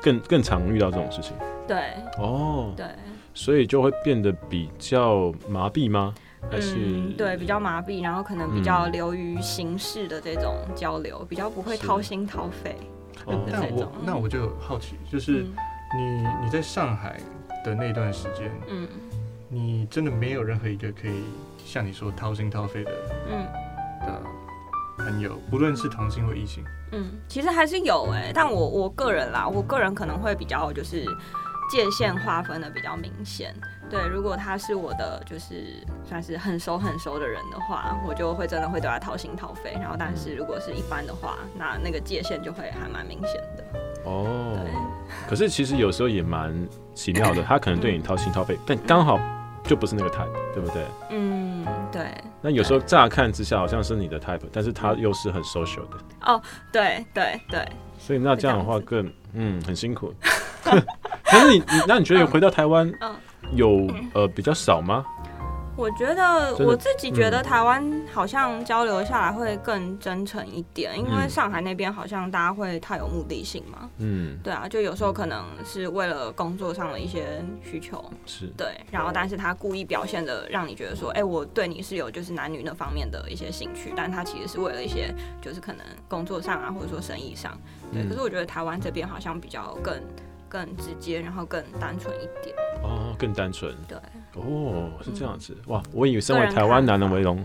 [SPEAKER 5] 更更常遇到这种事情
[SPEAKER 4] 对
[SPEAKER 5] 哦，
[SPEAKER 4] 对，
[SPEAKER 5] 所以就会变得比较麻痹吗？还是、
[SPEAKER 4] 嗯，对，比较麻痹，然后可能比较流于形式的这种交流，比较不会
[SPEAKER 5] 是
[SPEAKER 4] 掏心掏肺。
[SPEAKER 5] 哦
[SPEAKER 4] 对
[SPEAKER 3] 但
[SPEAKER 4] 这
[SPEAKER 3] 我
[SPEAKER 4] 种
[SPEAKER 3] 那我就好奇，就是
[SPEAKER 4] 嗯
[SPEAKER 3] 你你在上海的那段时间，
[SPEAKER 4] 嗯
[SPEAKER 3] 你真的没有任何一个可以像你说掏心掏肺的
[SPEAKER 4] 嗯
[SPEAKER 3] 的朋友，不论是同性或异性。
[SPEAKER 4] 嗯，其实还是有哎、但我我个人啦，我个人可能会比较就是界限划分的比较明显。对，如果他是我的就是算是很熟很熟的人的话，我就会真的会对他掏心掏肺。然后，但
[SPEAKER 5] 嗯
[SPEAKER 4] 是如果是一般的话，那那个界限就会还蛮明显的。
[SPEAKER 5] 哦
[SPEAKER 4] 对，
[SPEAKER 5] 可是其实有时候也蛮奇妙
[SPEAKER 4] [LAUGHS]
[SPEAKER 5] 的，他可能对你掏心掏肺，但刚好就不是那个 type，对不对？
[SPEAKER 4] 嗯，对。
[SPEAKER 5] 那有时候乍看之下好像是你的 type，但是他又是很 social 的，
[SPEAKER 4] 对对对，
[SPEAKER 5] 所以那这样的话
[SPEAKER 4] 是
[SPEAKER 5] 更嗯很辛
[SPEAKER 4] [LAUGHS]
[SPEAKER 5] 苦。可是你你那你觉得回到台湾
[SPEAKER 4] 嗯
[SPEAKER 5] 有呃比较少吗？
[SPEAKER 4] 我觉得
[SPEAKER 5] 真的嗯
[SPEAKER 4] 我自己觉得台湾好像交流下来会更真诚一点，因为
[SPEAKER 5] 嗯
[SPEAKER 4] 上海那边好像大家会太有目的性嘛。
[SPEAKER 5] 嗯，
[SPEAKER 4] 对啊，就有时候可能是为了工作上的一些需求，
[SPEAKER 5] 是
[SPEAKER 4] 对，然后但是他故意表现的让你觉得说，哎、我对你是有就是男女那方面的一些兴趣，但他其实是为了一些就是可能工作上啊，或者说生意上，对。
[SPEAKER 5] 嗯
[SPEAKER 4] 可是我觉得台湾这边好像比较更更直接，然后更单纯一点，
[SPEAKER 5] 哦，更单纯
[SPEAKER 4] 对。
[SPEAKER 5] 哦，是这样子哇！我以为身
[SPEAKER 4] 个
[SPEAKER 5] 为
[SPEAKER 4] 人
[SPEAKER 5] 台湾
[SPEAKER 4] 看
[SPEAKER 5] 男
[SPEAKER 4] 法
[SPEAKER 5] 人为荣，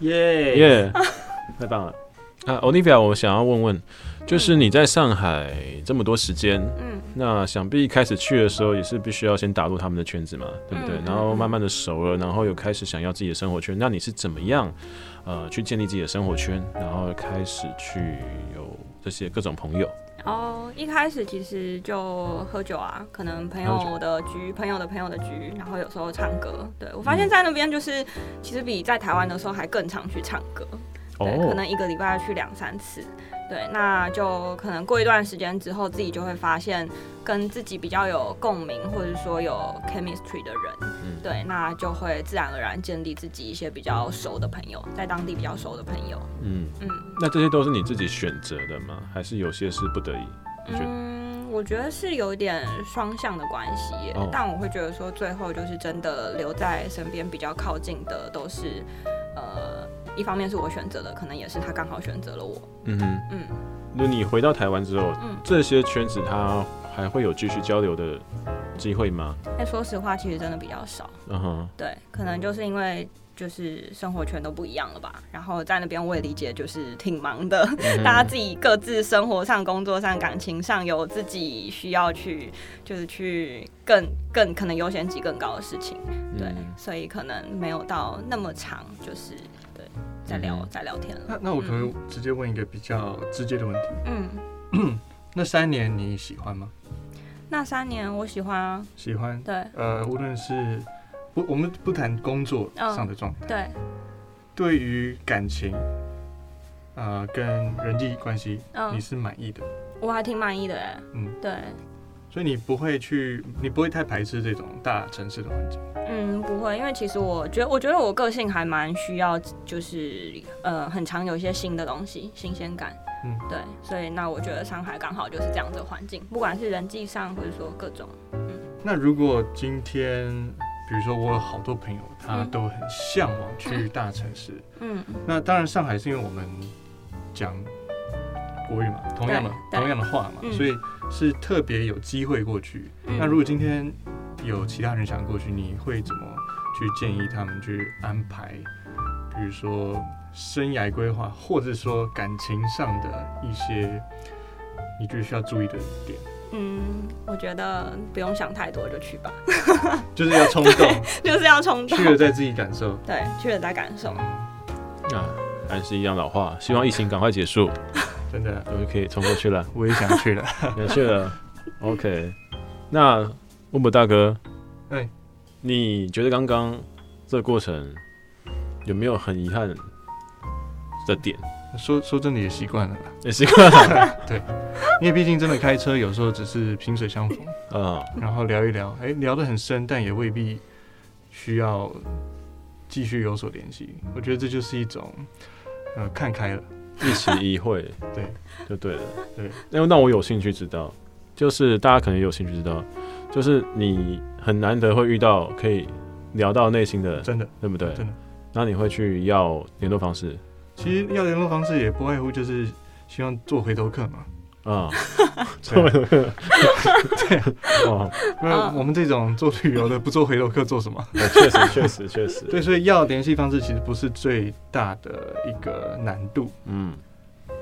[SPEAKER 3] 耶
[SPEAKER 5] 耶、 [LAUGHS] 太棒了！啊，Olivia，我想要问问，就是你在上海这么多时间，
[SPEAKER 4] 嗯
[SPEAKER 5] 那想必一开始去的时候也是必须要先打入他们的圈子嘛，对不对？
[SPEAKER 4] 嗯嗯
[SPEAKER 5] 然后慢慢的熟了，然后又开始想要自己的生活圈。那你是怎么样，呃，去建立自己的生活圈，然后开始去有这些各种朋友？
[SPEAKER 4] 然后一开始其实就喝酒啊，可能朋
[SPEAKER 5] 喝
[SPEAKER 4] 友的局、朋友的朋友的局，然后有时候唱歌。对我发现，在那边就是、其实比在台湾的时候还更常去唱歌，对，
[SPEAKER 5] 哦
[SPEAKER 4] 可能一个礼拜去两三次。对，那就可能过一段时间之后，自己就会发现跟自己比较有共鸣，或者说有 chemistry 的人，
[SPEAKER 5] 嗯
[SPEAKER 4] 对，那就会自然而然建立自己一些比较熟的朋友，在当地比较熟的朋友。
[SPEAKER 5] 嗯，
[SPEAKER 4] 嗯，
[SPEAKER 5] 那这些都是你自己选择的吗？还是有些是不得已？你觉得？
[SPEAKER 4] 嗯，我觉得是有一点双向的关系耶、
[SPEAKER 5] 哦
[SPEAKER 4] 但我会觉得说，最后就是真的留在身边比较靠近的都是，呃，一方面是我选择的，可能也是他刚好选择了我。
[SPEAKER 5] 嗯哼，
[SPEAKER 4] 嗯，
[SPEAKER 5] 那你回到台湾之后，
[SPEAKER 4] 嗯
[SPEAKER 5] 这些圈子它还会有继续交流的机会吗？
[SPEAKER 4] 但说实话，其实真的比较少。
[SPEAKER 5] 嗯哼，
[SPEAKER 4] 对，可能就是因为就是生活圈都不一样了吧。然后在那边我也理解，就是挺忙的， [LAUGHS] 大家自己各自生活上、工作上、感情上有自己需要去，就是去更更可能优先级更高的事情。对，
[SPEAKER 5] 嗯
[SPEAKER 4] 所以可能没有到那么长，就是再聊、
[SPEAKER 5] 嗯哼
[SPEAKER 4] 再聊天了。
[SPEAKER 3] 那那我可能直接问一个比较直接的问题：
[SPEAKER 4] 嗯，
[SPEAKER 3] 那三年你喜欢吗？
[SPEAKER 4] 那三年我喜欢啊，
[SPEAKER 3] 喜欢？
[SPEAKER 4] 对
[SPEAKER 3] 呃，无论是不，我们不谈工作
[SPEAKER 4] 嗯
[SPEAKER 3] 上的状态，
[SPEAKER 4] 对，
[SPEAKER 3] 对于感情，呃，跟人际关系，你
[SPEAKER 4] 嗯，
[SPEAKER 3] 是满意的，
[SPEAKER 4] 我还挺满意的哎。
[SPEAKER 3] 嗯，
[SPEAKER 4] 对，
[SPEAKER 3] 所以你不会去，你不会太排斥这种大城市的环境。
[SPEAKER 4] 嗯，不会，因为其实我觉得，我觉得我个性还蛮需要，就是呃，很常有一些新的东西，新鲜感。
[SPEAKER 3] 嗯，
[SPEAKER 4] 对，所以那我觉得上海刚好就是这样子的环境，不管是人际上，或者说各种，
[SPEAKER 3] 那如果今天，比如说我有好多朋友，他
[SPEAKER 4] 嗯
[SPEAKER 3] 都很向往
[SPEAKER 4] [LAUGHS]
[SPEAKER 3] 去大城市，
[SPEAKER 4] 嗯，
[SPEAKER 3] 那当然，上海是因为我们讲国语嘛，同样的
[SPEAKER 4] 对
[SPEAKER 3] 同样的话嘛，
[SPEAKER 4] 嗯
[SPEAKER 3] 所以是特别有机会过去。
[SPEAKER 4] 嗯
[SPEAKER 3] 那如果今天有其他人想过去，你会怎么去建议他们去安排？比如说生涯规划，或者说感情上的一些你觉得需要注意的点，
[SPEAKER 4] 嗯，我觉得不用想太多就去吧， [LAUGHS]
[SPEAKER 3] 就是要冲动，
[SPEAKER 4] 就是要冲
[SPEAKER 3] [LAUGHS]
[SPEAKER 4] 动
[SPEAKER 3] 去，了再自己感受。
[SPEAKER 4] 对，去了再感受。
[SPEAKER 5] 啊，还是一样老话，希望疫情赶快结束，
[SPEAKER 3] 真的，
[SPEAKER 5] 我就可以冲过去
[SPEAKER 4] [LAUGHS]
[SPEAKER 5] 了，
[SPEAKER 3] 我也想去了。
[SPEAKER 5] 有趣了。OK，那乌姆大哥，
[SPEAKER 3] 哎
[SPEAKER 5] 你觉得刚刚这个过程有没有很遗憾的点？
[SPEAKER 3] 说说真的，也习惯了啦，
[SPEAKER 5] 也是 [LAUGHS] 一个，
[SPEAKER 3] 因为毕竟真的开车有时候只是萍水相逢。
[SPEAKER 5] 嗯，
[SPEAKER 3] 然后聊一聊，哎、聊得很深，但也未必需要继续有所联系。我觉得这就是一种，呃，看开了，
[SPEAKER 5] 一起一会，
[SPEAKER 3] 对，
[SPEAKER 5] 就对了，
[SPEAKER 3] 对。
[SPEAKER 5] 那那我有兴趣知道，就是大家可能也有兴趣知道，就是你很难得会遇到可以聊到内心的，
[SPEAKER 3] 真的。
[SPEAKER 5] 对不对？
[SPEAKER 3] 真的。
[SPEAKER 5] 那你会去要联络方 [LAUGHS] 式
[SPEAKER 3] 其实要联络方式也不外乎就是希望做回头客嘛。
[SPEAKER 5] 啊？
[SPEAKER 3] 对啊，
[SPEAKER 5] 哦，
[SPEAKER 3] 因为我们这种做旅游的不做回头客做什么？ [LAUGHS]
[SPEAKER 5] 确实，确实，确 [LAUGHS] 实。
[SPEAKER 3] 对，所以要联系方式其实不是最大的一个难度。
[SPEAKER 5] 嗯，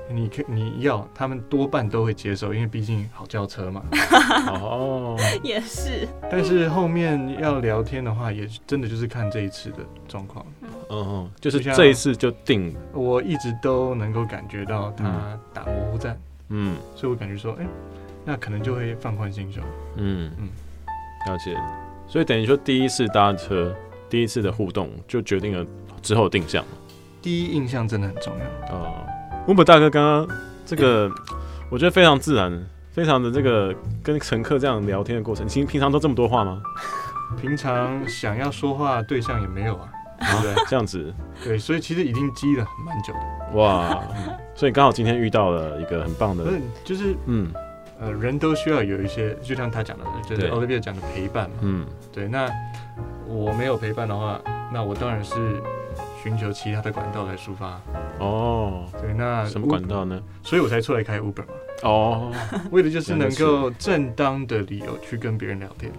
[SPEAKER 3] 你可你要，他们多半都会接受，因为毕竟好叫车嘛。
[SPEAKER 5] 哦，
[SPEAKER 4] 也是，
[SPEAKER 3] 但是后面要聊天的话，也真的就是看这一次的状况。
[SPEAKER 5] 嗯，就是
[SPEAKER 3] 就像
[SPEAKER 5] 这一次就定了，
[SPEAKER 3] 我一直都能够感觉到他打模糊战，
[SPEAKER 5] 嗯
[SPEAKER 3] 所以我感觉说，哎、那可能就会放宽心胸。
[SPEAKER 5] 嗯嗯
[SPEAKER 3] 嗯，
[SPEAKER 5] 了解。所以等于说，第一次搭车，第一次的互动，就决定了之后的定向嘛。
[SPEAKER 3] 第一印象真的很重要，
[SPEAKER 5] 哦，乌姆大哥刚刚这个，我觉得非常自然，非常的这个跟乘客这样聊天的过程，其实平常都这么多话吗？
[SPEAKER 3] 平常想要说话对象也没有啊，
[SPEAKER 5] 啊，这样子，
[SPEAKER 3] 对， [LAUGHS] 所以其实已经积了蛮久的。
[SPEAKER 5] 哇！所以刚好今天遇到了一个很棒
[SPEAKER 3] 不
[SPEAKER 5] 的
[SPEAKER 3] 是，，就是
[SPEAKER 5] 嗯
[SPEAKER 3] 呃，人都需要有一些，就像他讲的，就是
[SPEAKER 5] 对
[SPEAKER 3] Olivia 讲的陪伴嘛。
[SPEAKER 5] 嗯
[SPEAKER 3] 对，那我没有陪伴的话，那我当然是寻求其他的管道来抒发。
[SPEAKER 5] 哦，
[SPEAKER 3] 对，那
[SPEAKER 5] 什么管道呢？
[SPEAKER 3] Uber- 所以我才出来开 Uber 嘛，
[SPEAKER 5] 哦，
[SPEAKER 3] 为的就是
[SPEAKER 5] 原来
[SPEAKER 3] 能
[SPEAKER 5] 是
[SPEAKER 3] 够正当的理由去跟别人聊天。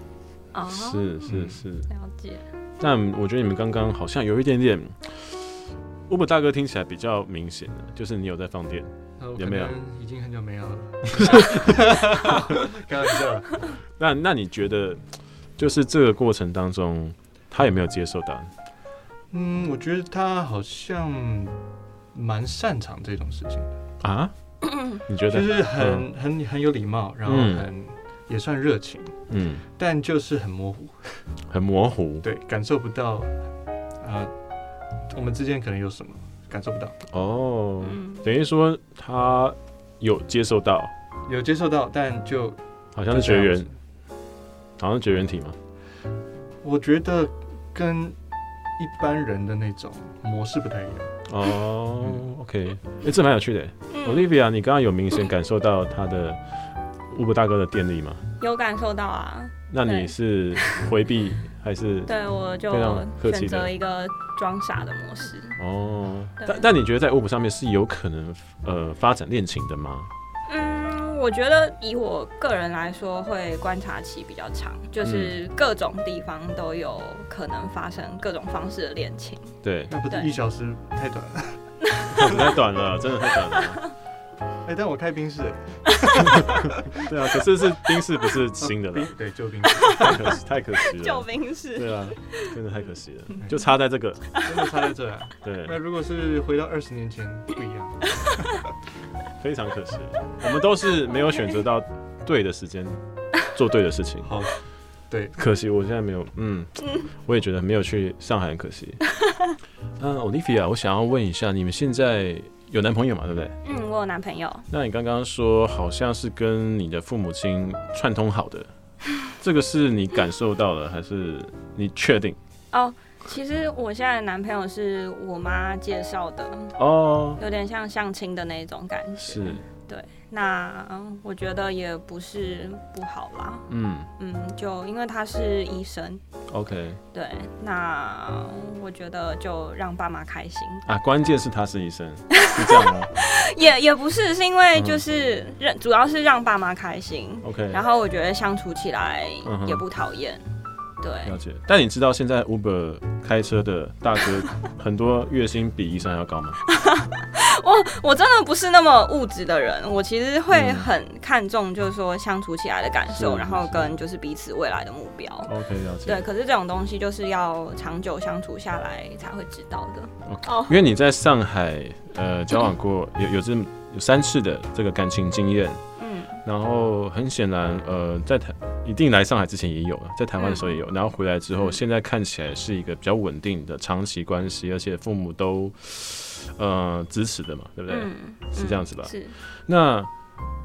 [SPEAKER 4] 哦，
[SPEAKER 5] 是是是。
[SPEAKER 4] 了解，
[SPEAKER 5] 嗯但我觉得你们刚刚好像有一点点。乌姆大哥听起来比较明显的，就是你有在放电，
[SPEAKER 3] 那我
[SPEAKER 5] 有
[SPEAKER 3] 可
[SPEAKER 5] 没有
[SPEAKER 3] 能已经很久
[SPEAKER 5] [LAUGHS]
[SPEAKER 3] 没有了。开玩笑，
[SPEAKER 5] 那那你觉得，就是这个过程当中，他有没有接受到？
[SPEAKER 3] 嗯，我觉得他好像蛮擅长这种事情，
[SPEAKER 5] 啊？你觉
[SPEAKER 3] 就
[SPEAKER 5] 得？
[SPEAKER 3] 是很很很有礼貌，然后
[SPEAKER 5] 嗯
[SPEAKER 3] 很也算热情，
[SPEAKER 5] 嗯，
[SPEAKER 3] 但就是很模糊，
[SPEAKER 5] 很模糊
[SPEAKER 3] 对，感受不到，呃，我们之间可能有什么感受不到，
[SPEAKER 5] 哦。
[SPEAKER 4] 嗯，
[SPEAKER 5] 等于说他有接受到，
[SPEAKER 3] 有接受到，但就
[SPEAKER 5] 好
[SPEAKER 3] 就
[SPEAKER 5] 像是
[SPEAKER 3] 这
[SPEAKER 5] 绝
[SPEAKER 3] 样
[SPEAKER 5] 缘
[SPEAKER 3] 子，
[SPEAKER 5] 好像绝缘体嘛。
[SPEAKER 3] 我觉得跟一般人的那种模式不太一样。，
[SPEAKER 5] 哦，OK，哎、这蛮有趣的欸。
[SPEAKER 4] 嗯
[SPEAKER 5] Olivia，你刚刚有明显感受到他的乌布大哥的电力吗？
[SPEAKER 4] 嗯有感受到啊，
[SPEAKER 5] 那你
[SPEAKER 4] 对
[SPEAKER 5] 是回避还是？
[SPEAKER 4] 对我就
[SPEAKER 5] 非常客气
[SPEAKER 4] 选择
[SPEAKER 5] 的
[SPEAKER 4] 一个装傻的模式。
[SPEAKER 5] 哦，
[SPEAKER 4] 对
[SPEAKER 5] 但但你觉得在乌布上面是有可能呃发展恋情的吗？
[SPEAKER 4] 嗯，我觉得以我个人来说，会观察期比较长，就是
[SPEAKER 5] 嗯
[SPEAKER 4] 各种地方都有可能发生各种方式的恋情。
[SPEAKER 5] 对
[SPEAKER 3] 那不是
[SPEAKER 4] 对
[SPEAKER 3] 一小时太短了，
[SPEAKER 5] [LAUGHS]
[SPEAKER 3] [LAUGHS]
[SPEAKER 5] 太短了，真的太短了。
[SPEAKER 3] 哎、但我开冰室、
[SPEAKER 5] 对啊，可是是冰室不是新的 [LAUGHS] 了，
[SPEAKER 3] 对，就冰
[SPEAKER 4] [LAUGHS]
[SPEAKER 3] 室，
[SPEAKER 5] 太可惜太可惜
[SPEAKER 4] 救
[SPEAKER 5] 了。
[SPEAKER 4] 兵是
[SPEAKER 5] 对啊，真的太可惜了，
[SPEAKER 4] 嗯
[SPEAKER 5] 就差在这个。
[SPEAKER 3] 真的差在这啊。
[SPEAKER 5] 对
[SPEAKER 3] 那，如果是回到二十年前，不一样。
[SPEAKER 5] 非常可惜，我们都是没有选择到对的时间做对的事情。
[SPEAKER 3] 好，对，
[SPEAKER 5] 可惜我现在没有，嗯，我也觉得没有去上海很可惜。嗯，Olivia，我想要问一下，你们现在有男朋友嘛？对不对？
[SPEAKER 4] 嗯，我有男朋友，
[SPEAKER 5] 那你刚刚说好像是跟你的父母亲串通好的，这个是你感受到了，还是你确定？
[SPEAKER 4] 哦，其实我现在的男朋友是我妈介绍的，
[SPEAKER 5] 哦，
[SPEAKER 4] 有点像相亲的那种感觉。
[SPEAKER 5] 是，
[SPEAKER 4] 对，那嗯我觉得也不是不好啦，
[SPEAKER 5] 嗯
[SPEAKER 4] 嗯，就因为他是医生，
[SPEAKER 5] ，OK，
[SPEAKER 4] 对，那我觉得就让爸妈开心，
[SPEAKER 5] 啊，关键是他是医生，是这样吗
[SPEAKER 4] 也也不是，是因为
[SPEAKER 5] 嗯
[SPEAKER 4] 就是让、主要是让爸妈开心，
[SPEAKER 5] ？OK，
[SPEAKER 4] 然后我觉得相处起来
[SPEAKER 5] 嗯哼
[SPEAKER 4] 也不讨厌，对
[SPEAKER 5] 了，解。但你知道现在 Uber 开车的大哥很多月薪比医生还要
[SPEAKER 4] [LAUGHS]
[SPEAKER 5] 高吗？
[SPEAKER 4] 我我真的不是那么物质的人，我其实会
[SPEAKER 5] 嗯
[SPEAKER 4] 很看重，就是说相处起来的感
[SPEAKER 5] 是
[SPEAKER 4] 受，
[SPEAKER 5] 是
[SPEAKER 4] 然后
[SPEAKER 5] 是
[SPEAKER 4] 跟就是彼此未来的目标。
[SPEAKER 5] OK，了解。
[SPEAKER 4] 对，可是这种东西就是要长久相处下来才会知道的。哦，
[SPEAKER 5] 因为你在上海呃交往过有有这有三次的这个感情经验，
[SPEAKER 4] 嗯，
[SPEAKER 5] 然后很显然呃在台一定来上海之前也有了，啊在台湾的时候也有，然后回来之后，
[SPEAKER 4] 嗯
[SPEAKER 5] 现在看起来是一个比较稳定的长期关系，而且父母都呃支持的嘛，对不对？
[SPEAKER 4] 嗯，
[SPEAKER 5] 是这样子吧
[SPEAKER 4] 是，
[SPEAKER 5] 那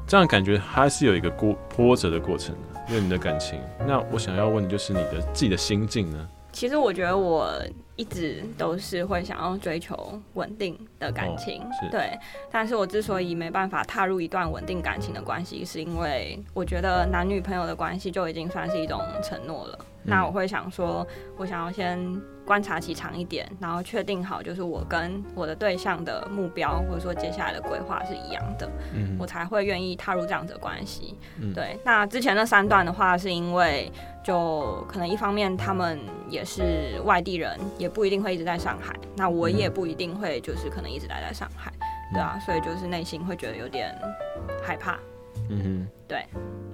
[SPEAKER 5] 这样感觉它是有一个过波折的过程，因为你的感情。那我想要问的就是你的自己的心境呢？
[SPEAKER 4] 其实我觉得我一直都是会想要追求稳定的感情，
[SPEAKER 5] 是
[SPEAKER 4] 对。但是我之所以没办法踏入一段稳定感情的关系，是因为我觉得男女朋友的关系就已经算是一种承诺了。那我会想说，我想要先观察期长一点，然后确定好就是我跟我的对象的目标，或者说接下来的规划是一样的。
[SPEAKER 5] 嗯
[SPEAKER 4] 我才会愿意踏入这样子的关系。
[SPEAKER 5] 嗯
[SPEAKER 4] 对，那之前那三段的话，是因为就可能一方面他们也是外地人，也不一定会一直在上海，那我也
[SPEAKER 5] 嗯
[SPEAKER 4] 不一定会就是可能一直待在上海，对啊，所以就是内心会觉得有点害怕，
[SPEAKER 5] 嗯
[SPEAKER 4] 嗯，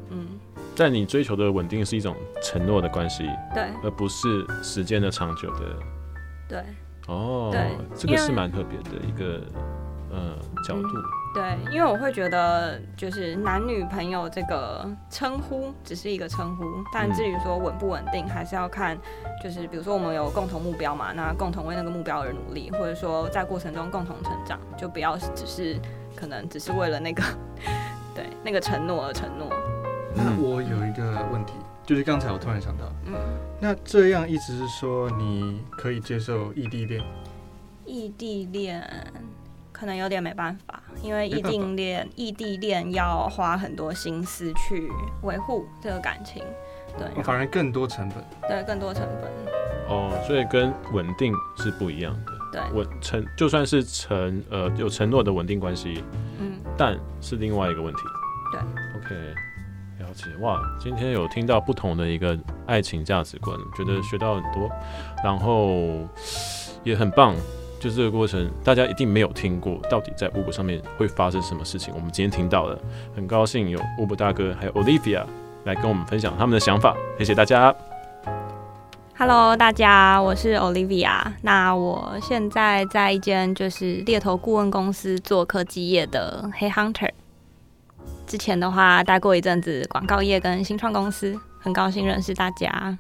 [SPEAKER 5] 哼，在你追求的稳定是一种承诺的关系，
[SPEAKER 4] 对
[SPEAKER 5] 而不是时间的长久的。
[SPEAKER 4] 对
[SPEAKER 5] 哦
[SPEAKER 4] 对，
[SPEAKER 5] 这个
[SPEAKER 4] 因为
[SPEAKER 5] 是蛮特别的一个呃角度。
[SPEAKER 4] 嗯对，因为我会觉得就是男女朋友这个称呼只是一个称呼，但
[SPEAKER 5] 嗯
[SPEAKER 4] 至于说稳不稳定，还是要看就是比如说我们有共同目标嘛，那共同为那个目标而努力，或者说在过程中共同成长，就不要只是可能只是为了那个 [LAUGHS] 对那个承诺而承诺，
[SPEAKER 3] 那
[SPEAKER 5] 嗯
[SPEAKER 3] 我有一个问题，就是刚才我突然想到，
[SPEAKER 4] 嗯，
[SPEAKER 3] 那这样意思是说你可以接受异地恋？
[SPEAKER 4] 异地恋可能有点没办法，因为
[SPEAKER 3] 没
[SPEAKER 4] 异
[SPEAKER 3] 办法
[SPEAKER 4] 地恋异地恋要花很多心思去维护这个感情，对，啊然后
[SPEAKER 3] 哦反而更多成本。
[SPEAKER 4] 对更多成本。
[SPEAKER 5] 哦，所以跟稳定是不一样的。
[SPEAKER 4] 对，
[SPEAKER 5] 我承就算是承呃有承诺的稳定关系，
[SPEAKER 4] 嗯，
[SPEAKER 5] 但是另外一个问题。
[SPEAKER 4] 对
[SPEAKER 5] ，OK，了解。哇，今天有听到不同的一个爱情价值观，觉得学到很多，然后也很棒。就是这个过程，大家一定没有听过，到底在 Uber 上面会发生什么事情？我们今天听到了，很高兴有 Uber 大哥还有 Olivia 来跟我们分享他们的想法，谢谢大家。
[SPEAKER 4] Hello，大家，我是 Olivia。那我现在在一间就是猎头顾问公司做科技业的黑 hunter。之前的话，待过一阵子广告业跟新创公司，很高兴认识大家。